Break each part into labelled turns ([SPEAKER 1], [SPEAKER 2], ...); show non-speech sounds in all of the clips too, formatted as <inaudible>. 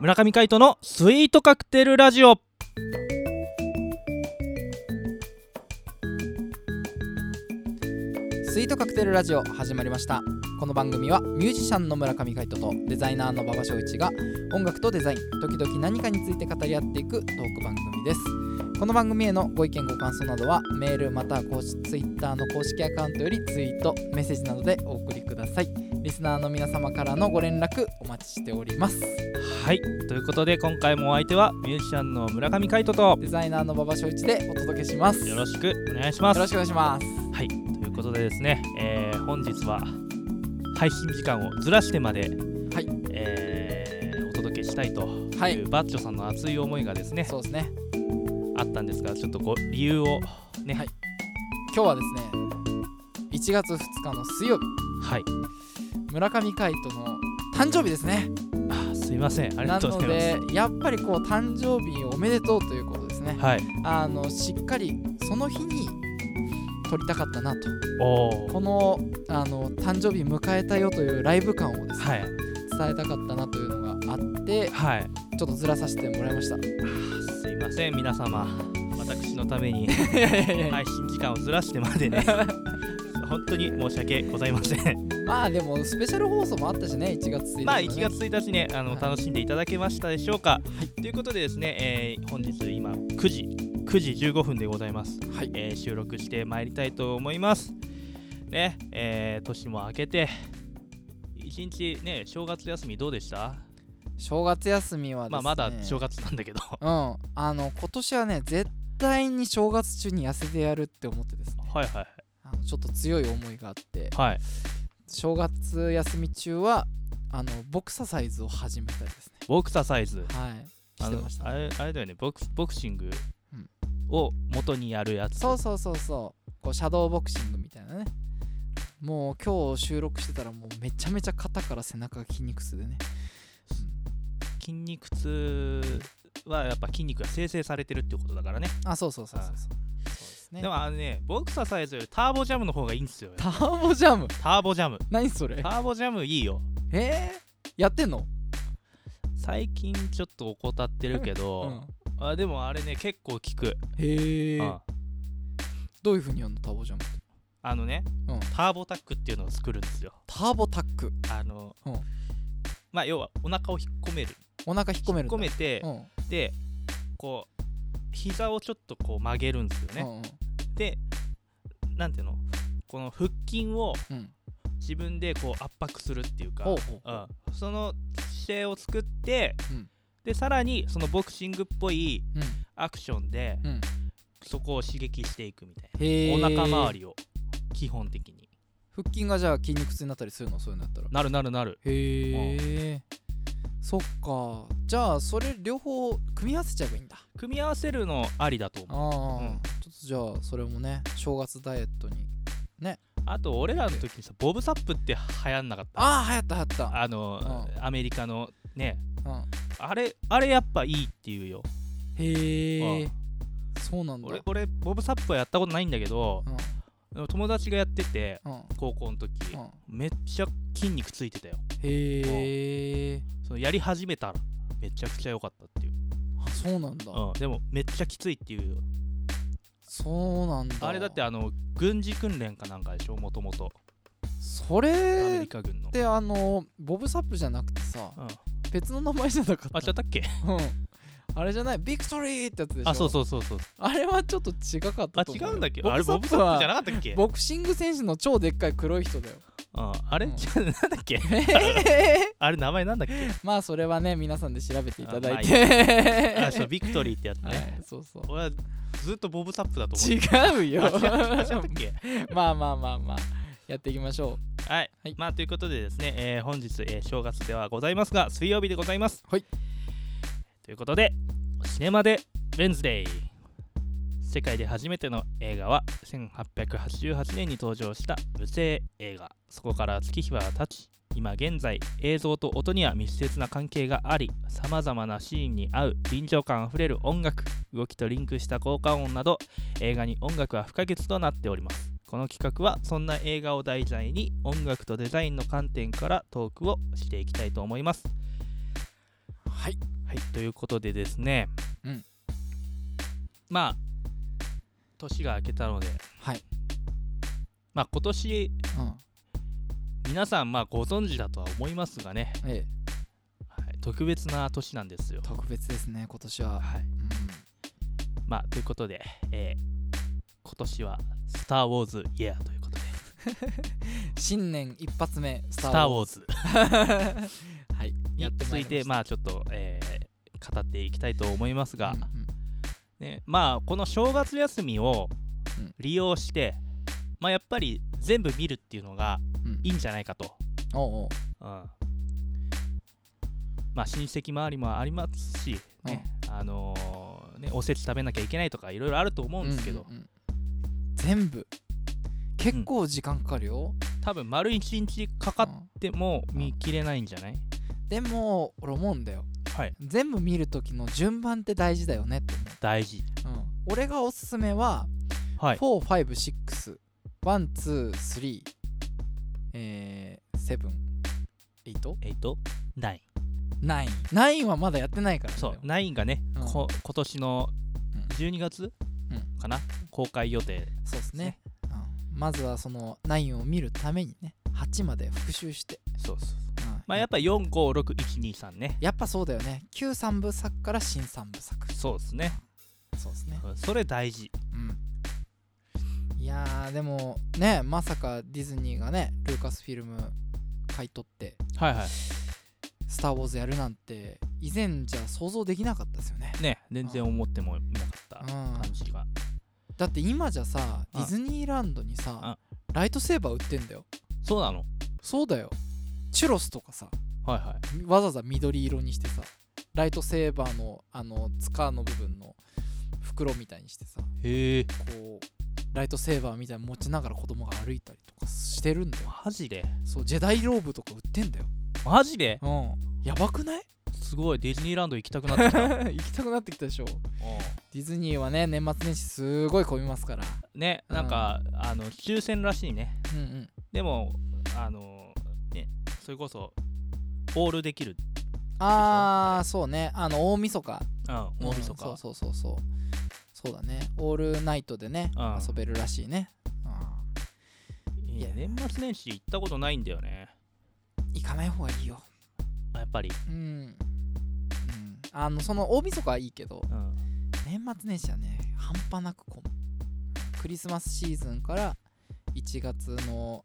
[SPEAKER 1] 村上海人のスイートカクテルラジオ
[SPEAKER 2] スイートカクテルラジオ始まりましたこの番組はミュージシャンの村上海人とデザイナーの馬場翔一が音楽とデザイン時々何かについて語り合っていくトーク番組ですこの番組へのご意見ご感想などはメールまたは公式ツイッターの公式アカウントよりツイートメッセージなどでお送りくださいリスナーの皆様からのご連絡お待ちしております
[SPEAKER 1] はいということで今回もお相手はミュージシャンの村上海人と
[SPEAKER 2] デザイナーの馬場翔一でお届けします
[SPEAKER 1] よろしくお願いします
[SPEAKER 2] よろしくお願いします
[SPEAKER 1] はいということでですね、えー本日は配信時間をずらしてまで、
[SPEAKER 2] はい
[SPEAKER 1] えーお届けしたいという、
[SPEAKER 2] はい
[SPEAKER 1] バッチョさんの熱い思いがですね
[SPEAKER 2] そうですね
[SPEAKER 1] あったんですがちょっとご理由をね
[SPEAKER 2] はい今日はですね1月2日の水曜日
[SPEAKER 1] はい、
[SPEAKER 2] 村上海人の誕生日ですね
[SPEAKER 1] あーすいませんあり
[SPEAKER 2] な
[SPEAKER 1] がとう
[SPEAKER 2] の
[SPEAKER 1] ございます
[SPEAKER 2] でやっぱりこう誕生日おめでとうということですね
[SPEAKER 1] はい
[SPEAKER 2] あのしっかりその日に撮りたかったなと
[SPEAKER 1] おー
[SPEAKER 2] このあの誕生日迎えたよというライブ感をですね、
[SPEAKER 1] はい
[SPEAKER 2] 伝えたかったなというのがあってち
[SPEAKER 1] はい
[SPEAKER 2] ょっとずらさせてもらい
[SPEAKER 1] <laughs>
[SPEAKER 2] ました
[SPEAKER 1] すいません皆様私のために
[SPEAKER 2] いやいやいや
[SPEAKER 1] 配信時間をずらしてまでね <laughs> 本当に申し訳ございませ
[SPEAKER 2] <laughs>
[SPEAKER 1] ん
[SPEAKER 2] <laughs> まあでもスペシャル放送もあったしね1月1日、ね、
[SPEAKER 1] まあ1月1日ねあの
[SPEAKER 2] はい
[SPEAKER 1] 楽しんでいただけましたでしょうか、ということでですね、えー本日今9時9時15分でございます、
[SPEAKER 2] はい
[SPEAKER 1] えー収録してまいりたいと思いますねえー年も明けて一日ね正月休みどうでした、
[SPEAKER 2] 正月休みはですね、
[SPEAKER 1] まあまだ正月なんだけど <laughs>
[SPEAKER 2] うんあの今年はね絶対に正月中に痩せてやるって思ってですね
[SPEAKER 1] はいはい
[SPEAKER 2] あのちょっと強い思いがあって
[SPEAKER 1] はい
[SPEAKER 2] 正月休み中はあのボクササイズを始めたりですね
[SPEAKER 1] ボクサーサイズ
[SPEAKER 2] はい
[SPEAKER 1] あ
[SPEAKER 2] して
[SPEAKER 1] の
[SPEAKER 2] ました、
[SPEAKER 1] あ
[SPEAKER 2] ね、
[SPEAKER 1] れあれだよねボクスボクシング
[SPEAKER 2] うん
[SPEAKER 1] を元にやるやつ、
[SPEAKER 2] そうそうそうそうこうシャドーボクシングみたいなねもう今日収録してたらもうめちゃめちゃ肩から背中が筋肉痛でね
[SPEAKER 1] 筋肉痛はやっぱ筋肉が生成されてるってことだからね
[SPEAKER 2] あそうそうそうそうそうそうですね
[SPEAKER 1] でもあのねボクサーサイズよりターボジャムの方がいいんですよ
[SPEAKER 2] ターボジャム
[SPEAKER 1] ターボジャム
[SPEAKER 2] 何それ
[SPEAKER 1] ターボジャムいいよ
[SPEAKER 2] えー、やってんの
[SPEAKER 1] 最近ちょっと怠ってるけ
[SPEAKER 2] う
[SPEAKER 1] ど、あでもあれね結構効く、
[SPEAKER 2] へえ
[SPEAKER 1] うん
[SPEAKER 2] どういうふうにやるのターボジャムって
[SPEAKER 1] あのね、
[SPEAKER 2] うん
[SPEAKER 1] ターボタックっていうのを作るんですよ
[SPEAKER 2] ターボタック
[SPEAKER 1] あの、
[SPEAKER 2] うん
[SPEAKER 1] まあ要はお腹を引っ込める
[SPEAKER 2] お腹引っ込めるんだ
[SPEAKER 1] 引っ込めて、
[SPEAKER 2] うん
[SPEAKER 1] でこう膝をちょっとこう曲げるんですよね、
[SPEAKER 2] うん
[SPEAKER 1] でなんていうのこの腹筋を
[SPEAKER 2] うんうん
[SPEAKER 1] 自分でこう圧迫するっていうか
[SPEAKER 2] ほうほう
[SPEAKER 1] うん、その姿勢を作って、
[SPEAKER 2] うん
[SPEAKER 1] でさらにそのボクシングっぽい
[SPEAKER 2] うん
[SPEAKER 1] アクションで、
[SPEAKER 2] うん
[SPEAKER 1] そこを刺激していくみたい
[SPEAKER 2] へえ
[SPEAKER 1] なお腹周りを基本的に
[SPEAKER 2] 腹筋がじゃあ筋肉痛になったりするのそういうのだったら
[SPEAKER 1] なるなるなる
[SPEAKER 2] へえそっかじゃあそれ両方組み合わせちゃえばいいんだ
[SPEAKER 1] 組み合わせるのありだと思う
[SPEAKER 2] ああ、
[SPEAKER 1] うん
[SPEAKER 2] ちょっとじゃあそれもね正月ダイエットに
[SPEAKER 1] あと俺らの時にさボブサップって流行んなかった
[SPEAKER 2] ああ流行った流行った
[SPEAKER 1] あの、
[SPEAKER 2] う
[SPEAKER 1] アメリカのね
[SPEAKER 2] うん
[SPEAKER 1] あれあれやっぱいいっていうよう
[SPEAKER 2] へえ
[SPEAKER 1] ん
[SPEAKER 2] そうなんだ
[SPEAKER 1] 俺俺ボブサップはやったことないんだけど
[SPEAKER 2] うん
[SPEAKER 1] でも友達がやってて
[SPEAKER 2] うん
[SPEAKER 1] 高校の時
[SPEAKER 2] うん
[SPEAKER 1] めっちゃ筋肉ついてたよ
[SPEAKER 2] へえ
[SPEAKER 1] そのやり始めたらめちゃくちゃ良かったっていう、
[SPEAKER 2] あそうなんだ
[SPEAKER 1] うん、でもめっちゃきついっていう
[SPEAKER 2] そうなんだ
[SPEAKER 1] あれだってあの軍事訓練かなんかでしょもともと
[SPEAKER 2] そ
[SPEAKER 1] アメリ
[SPEAKER 2] れっ
[SPEAKER 1] カ軍の、
[SPEAKER 2] てあのボブサップじゃなくてさ
[SPEAKER 1] うん、
[SPEAKER 2] 別の名前じゃなかった
[SPEAKER 1] あちゃったっけ
[SPEAKER 2] うんあれじゃないビクトリーってやつでしょ
[SPEAKER 1] あそうそうそうそう
[SPEAKER 2] あれはちょっと違かっ
[SPEAKER 1] あ
[SPEAKER 2] たと
[SPEAKER 1] 違
[SPEAKER 2] 思よ
[SPEAKER 1] うんだっけあれボブサップじゃなかったっけ、うん、
[SPEAKER 2] ボクシング選手の超でっかい黒い人
[SPEAKER 1] <laughs>
[SPEAKER 2] だよ。
[SPEAKER 1] あれ、
[SPEAKER 2] うん
[SPEAKER 1] じゃあなんだっけ <laughs> あれ名前なんだっけ
[SPEAKER 2] まあそれはね皆さんで調べていただい
[SPEAKER 1] あそう
[SPEAKER 2] て。
[SPEAKER 1] ビクトリーってやつね、
[SPEAKER 2] はい、そうそう。
[SPEAKER 1] 俺はずっとボブサップだと思って
[SPEAKER 2] 違う <laughs> よ
[SPEAKER 1] あ。違うあ違ったっけ
[SPEAKER 2] まあまあまあまあやっていきましょ
[SPEAKER 1] はい、
[SPEAKER 2] はい
[SPEAKER 1] まあということでですね、えー本日、えー正月ではございますが水曜日でございます
[SPEAKER 2] はい
[SPEAKER 1] ということでシネマでレンズデイ世界で初めての映画は1888年に登場した無声映画そこから月日は経ち今現在映像と音には密接な関係がありさまざまなシーンに合う臨場感あふれる音楽動きとリンクした効果音など映画に音楽は不可欠となっておりますこの企画はそんな映画を題材に音楽とデザインの観点からトークをしていきたいと思います。
[SPEAKER 2] はい
[SPEAKER 1] はい、ということでですね、
[SPEAKER 2] うん
[SPEAKER 1] まあ年が明けたので、
[SPEAKER 2] はい、
[SPEAKER 1] まあ、今年
[SPEAKER 2] うん
[SPEAKER 1] 皆さんまあご存知だとは思いますがね、
[SPEAKER 2] ええ、
[SPEAKER 1] はい、特別な年なんですよ。
[SPEAKER 2] 特別ですね今年は、
[SPEAKER 1] はい
[SPEAKER 2] うん、
[SPEAKER 1] まあ、ということで、えー今年は「スター・ウォーズ・イヤー」ということで「
[SPEAKER 2] 新年一発目ス
[SPEAKER 1] ス
[SPEAKER 2] タ
[SPEAKER 1] タ
[SPEAKER 2] ー
[SPEAKER 1] ー・
[SPEAKER 2] ウォ
[SPEAKER 1] ウ
[SPEAKER 2] ー
[SPEAKER 1] ォーズ
[SPEAKER 2] ズ <laughs> はい」
[SPEAKER 1] についてま
[SPEAKER 2] あ
[SPEAKER 1] あちょっと、えー語っていきたいと思いますが、
[SPEAKER 2] うんうん
[SPEAKER 1] ね、まあこの正月休みを
[SPEAKER 2] うん
[SPEAKER 1] 利用して、まあやっぱり全部見るっていうのが
[SPEAKER 2] うん
[SPEAKER 1] いいんじゃないかと、
[SPEAKER 2] おうおう
[SPEAKER 1] うんまあ親戚周りもありますし、ねあのーね、おせち食べなきゃいけないとかいろいろあると思うんですけど、
[SPEAKER 2] うんうんうん全部結構時間かかるよ、
[SPEAKER 1] 多分丸一日かかっ
[SPEAKER 2] うん
[SPEAKER 1] ても
[SPEAKER 2] うん
[SPEAKER 1] 見切れないんじゃない、
[SPEAKER 2] でも俺思うんだよ
[SPEAKER 1] はい
[SPEAKER 2] 全部見る時の順番って大事だよねって
[SPEAKER 1] 大事
[SPEAKER 2] 思う、うん、俺がおすすめは
[SPEAKER 1] はい
[SPEAKER 2] 456123えー、
[SPEAKER 1] えっと9
[SPEAKER 2] 789はまだやってないからね
[SPEAKER 1] そう
[SPEAKER 2] でも
[SPEAKER 1] 9がね、
[SPEAKER 2] うん
[SPEAKER 1] こ今年の
[SPEAKER 2] うん
[SPEAKER 1] 12月
[SPEAKER 2] うん
[SPEAKER 1] かな、公開予定
[SPEAKER 2] そうですね
[SPEAKER 1] ね
[SPEAKER 2] うんまずはその9を見るためにね8まで復習して、
[SPEAKER 1] そうそう
[SPEAKER 2] うん
[SPEAKER 1] まあやっぱ456123ね
[SPEAKER 2] やっぱそうだよね旧三部作から新三部作
[SPEAKER 1] そうですね
[SPEAKER 2] そうですね
[SPEAKER 1] うんそれ大事
[SPEAKER 2] いやーでもねまさかディズニーがねルーカスフィルム買い取って
[SPEAKER 1] はいはい
[SPEAKER 2] 「スター・ウォーズ」やるなんて以前じゃ想像できなかったですよね
[SPEAKER 1] ね全然思ってもいなかった
[SPEAKER 2] うん
[SPEAKER 1] 感じが、
[SPEAKER 2] だって今じゃさ
[SPEAKER 1] う
[SPEAKER 2] デ
[SPEAKER 1] ん
[SPEAKER 2] ィズニーランドにさライトセーバー売ってんだよ
[SPEAKER 1] そうなの
[SPEAKER 2] そうだよチュロスとかさ
[SPEAKER 1] はいはい
[SPEAKER 2] わざわざ緑色にしてさライトセーバーのあの塚の部分の袋みたいにしてさ
[SPEAKER 1] へえ
[SPEAKER 2] こうライトセーバーみたいに持ちながら子供が歩いたりとかしてるんだよ
[SPEAKER 1] マジで
[SPEAKER 2] そうジェダイローブとか売ってんだよ
[SPEAKER 1] マジで
[SPEAKER 2] うんやばくない
[SPEAKER 1] すごいディズニーランド行きたくなってき <laughs> たうん
[SPEAKER 2] <laughs> 行きたくなってきたでしょディズニーはね年末年始すごい混みますから
[SPEAKER 1] ねなんか、あの抽選らしいね
[SPEAKER 2] うんうん
[SPEAKER 1] でもあのねそれこそオールできる、
[SPEAKER 2] あーそうねあの大晦日
[SPEAKER 1] うん、大晦
[SPEAKER 2] う
[SPEAKER 1] 日
[SPEAKER 2] んそうそうそうそうそうだねオールナイトでね、
[SPEAKER 1] うん
[SPEAKER 2] 遊べるらしいね、うん、
[SPEAKER 1] いや
[SPEAKER 2] いや
[SPEAKER 1] 年末年始行ったことないんだよね
[SPEAKER 2] 行かない方がいいよ
[SPEAKER 1] あやっぱり、
[SPEAKER 2] うん、うん、あのその大晦日はいいけど
[SPEAKER 1] うん、
[SPEAKER 2] 年末年始はね半端なく混むクリスマスシーズンから1月の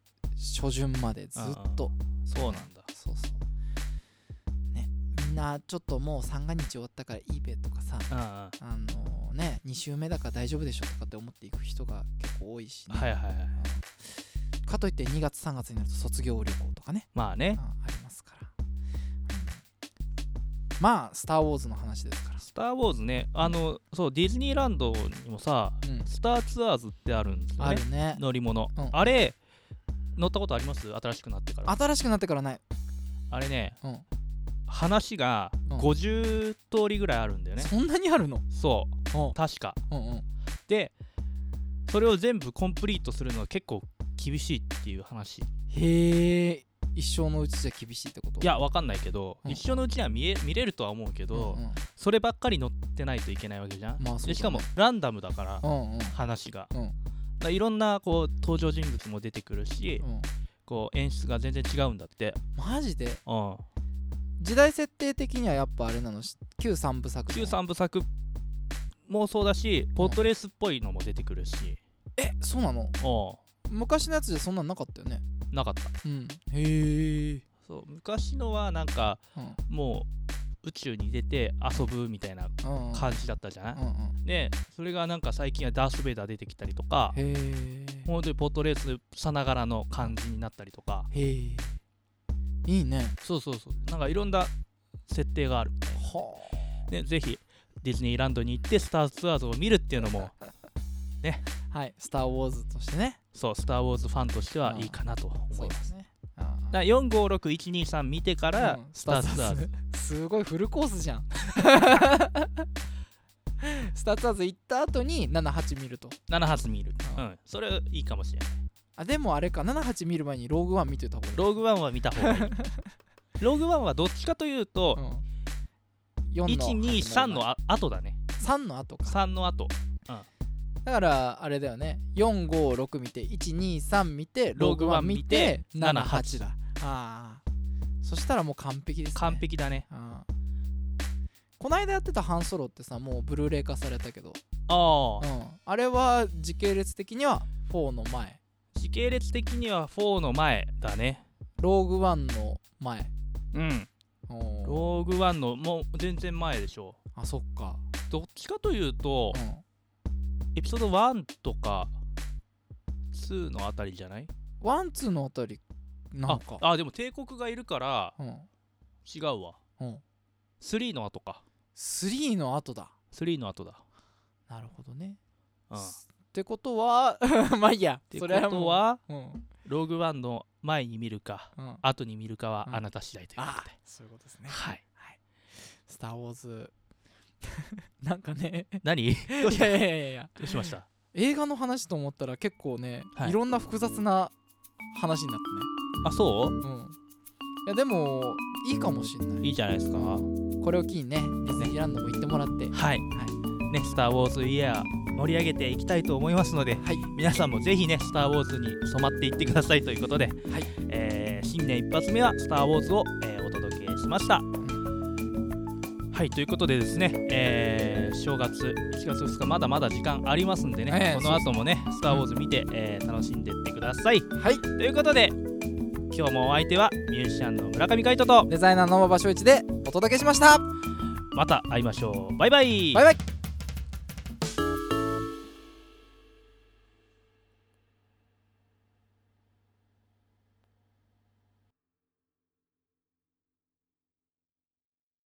[SPEAKER 2] 初旬までずっと
[SPEAKER 1] そうなんだ
[SPEAKER 2] そうそうねみんなちょっともう三が日終わったからいいべとかさ
[SPEAKER 1] うんうん
[SPEAKER 2] あのね2週目だから大丈夫でしょとかって思っていく人が結構多いしね、
[SPEAKER 1] はいはいはい
[SPEAKER 2] かといって2月3月になると卒業旅行とかね、
[SPEAKER 1] まあ
[SPEAKER 2] う
[SPEAKER 1] ね
[SPEAKER 2] んありますから、うんまあ「スター・ウォーズ」の話ですから
[SPEAKER 1] スター・ウォーズねあのそうディズニーランドにもさ
[SPEAKER 2] うん
[SPEAKER 1] スターツアーズってあるんですよ
[SPEAKER 2] あ
[SPEAKER 1] ね
[SPEAKER 2] るね
[SPEAKER 1] 乗り物、
[SPEAKER 2] うん
[SPEAKER 1] あれ乗ったことあります新しくなってからあ
[SPEAKER 2] 新しくなってからない、
[SPEAKER 1] れね
[SPEAKER 2] うん
[SPEAKER 1] 話が
[SPEAKER 2] うん
[SPEAKER 1] 50通りぐらいあるんだよね、
[SPEAKER 2] そんなにあるの
[SPEAKER 1] そう
[SPEAKER 2] うん
[SPEAKER 1] 確か
[SPEAKER 2] うんうん
[SPEAKER 1] でそれを全部コンプリートするのは結構厳しいっていう話い
[SPEAKER 2] へえ一生のうちじゃ厳しいってこと
[SPEAKER 1] やわかんないけど、
[SPEAKER 2] うん
[SPEAKER 1] 一生のうちには見え見れるとは思うけ
[SPEAKER 2] うん
[SPEAKER 1] ど、そればっかり乗ってないといけないわけじゃん、
[SPEAKER 2] まあそうだね
[SPEAKER 1] でしかもランダムだから、
[SPEAKER 2] うんうんうん
[SPEAKER 1] 話が、
[SPEAKER 2] うん
[SPEAKER 1] だからいろんなこう登場人物も出てくるし、
[SPEAKER 2] うん
[SPEAKER 1] こう演出が全然違うんだって、
[SPEAKER 2] マジで
[SPEAKER 1] うん、
[SPEAKER 2] 時代設定的にはやっぱあれなのし旧三部作の
[SPEAKER 1] 旧三部作もそうだしポートレースっぽいのも出てくるし、
[SPEAKER 2] えそうなの
[SPEAKER 1] う
[SPEAKER 2] 昔のやつじゃそんなんなかったよね
[SPEAKER 1] ん、なかった
[SPEAKER 2] うんへえ
[SPEAKER 1] そう昔のはなんか
[SPEAKER 2] うん
[SPEAKER 1] もう宇宙に出て遊ぶみたいな
[SPEAKER 2] うんうん
[SPEAKER 1] 感じだったじゃない、
[SPEAKER 2] うんうん
[SPEAKER 1] でそれがなんか最近はダース・ベイダー出てきたりとか
[SPEAKER 2] へえ
[SPEAKER 1] 本当にポートレースさながらの感じになったりとか
[SPEAKER 2] へえいいね
[SPEAKER 1] そうそうそうなんかいろんな設定がある
[SPEAKER 2] は
[SPEAKER 1] ね、ぜひディズニーランドに行ってスター・ツアーズを見るっていうのも
[SPEAKER 2] あはい「スター・ウォーズ」としてね
[SPEAKER 1] そうスター・ウォーズファンとしてはいいかなと思います。
[SPEAKER 2] すねあ
[SPEAKER 1] だから
[SPEAKER 2] ー
[SPEAKER 1] 456123見てから
[SPEAKER 2] うん
[SPEAKER 1] スター・ツアーズ、
[SPEAKER 2] すごいフルコースじゃん <laughs> スターツアーズ行った後に78見ると
[SPEAKER 1] 7発見る、う
[SPEAKER 2] うん
[SPEAKER 1] ん、それいいかもしれない
[SPEAKER 2] あでもあれか78見る前にローグワン見てた方がいい
[SPEAKER 1] ローグワンは見た方がいい
[SPEAKER 2] <laughs>
[SPEAKER 1] ローグワンはどっちかというと、
[SPEAKER 2] うん、
[SPEAKER 1] 123のあ後だね
[SPEAKER 2] 3の後か
[SPEAKER 1] 3の後
[SPEAKER 2] だからあれだよね456見て123見てローグワン見て
[SPEAKER 1] ローグワン見て
[SPEAKER 2] 78だあーそしたらもう完璧ですね
[SPEAKER 1] 完璧だね
[SPEAKER 2] うんこないだやってた半ソロってさもうブルーレイ化されたけど、
[SPEAKER 1] あ
[SPEAKER 2] う
[SPEAKER 1] あ、
[SPEAKER 2] ん、あれは時系列的には4の前
[SPEAKER 1] 時系列的には4の前だね
[SPEAKER 2] ローグワンの前
[SPEAKER 1] うん
[SPEAKER 2] おー
[SPEAKER 1] ローグワンのもう全然前でしょ
[SPEAKER 2] あそっか、
[SPEAKER 1] どっちかというと、
[SPEAKER 2] うん、
[SPEAKER 1] エピソード1とか2のあたりじゃない
[SPEAKER 2] ワンツーのあたりなんか
[SPEAKER 1] ああでも帝国がいるから
[SPEAKER 2] うん
[SPEAKER 1] 違うわ
[SPEAKER 2] うん、
[SPEAKER 1] 3の後か
[SPEAKER 2] 3の後だ
[SPEAKER 1] 3の後だ
[SPEAKER 2] なるほどね、
[SPEAKER 1] うんっ
[SPEAKER 2] ってことは <laughs> まあいいや
[SPEAKER 1] てこと
[SPEAKER 2] それはもう
[SPEAKER 1] は
[SPEAKER 2] うん
[SPEAKER 1] ローグワンの前に見るか
[SPEAKER 2] うん、あ
[SPEAKER 1] 後に見るかは
[SPEAKER 2] うん
[SPEAKER 1] あなた次第ということで、
[SPEAKER 2] そういうことですね
[SPEAKER 1] はい
[SPEAKER 2] 「スター・ウォーズ」 <laughs> なんかね
[SPEAKER 1] 何 <laughs> どう
[SPEAKER 2] い
[SPEAKER 1] した
[SPEAKER 2] やいやいやいや
[SPEAKER 1] どうしました
[SPEAKER 2] 映画の話と思ったら結構ね、
[SPEAKER 1] はい
[SPEAKER 2] い、ろんな複雑な話になっ
[SPEAKER 1] あそう
[SPEAKER 2] たねうんいやでもいいかもしんない
[SPEAKER 1] いいじゃないですかは
[SPEAKER 2] これを機にねディズニーランドも行ってもらって
[SPEAKER 1] い、ね「スター・ウォーズ・イヤー」盛り上げていきたいと思いますので
[SPEAKER 2] はい
[SPEAKER 1] 皆さんもぜひね「スター・ウォーズ」に染まっていってくださいということで、
[SPEAKER 2] はい
[SPEAKER 1] えー新年一発目は「スター・ウォーズを」えーお届けしました。はいということでですね、えー正月1月2日まだまだ時間ありますんでね、
[SPEAKER 2] ええ
[SPEAKER 1] この後もね「スター・ウォーズ」見て、えー楽しんでってください。
[SPEAKER 2] はい
[SPEAKER 1] ということで今日もお相手はミュージシャンの村上海人と
[SPEAKER 2] デザイナーの馬場正一でお届けしました
[SPEAKER 1] また会いましょう。バイバイ
[SPEAKER 2] バイバイ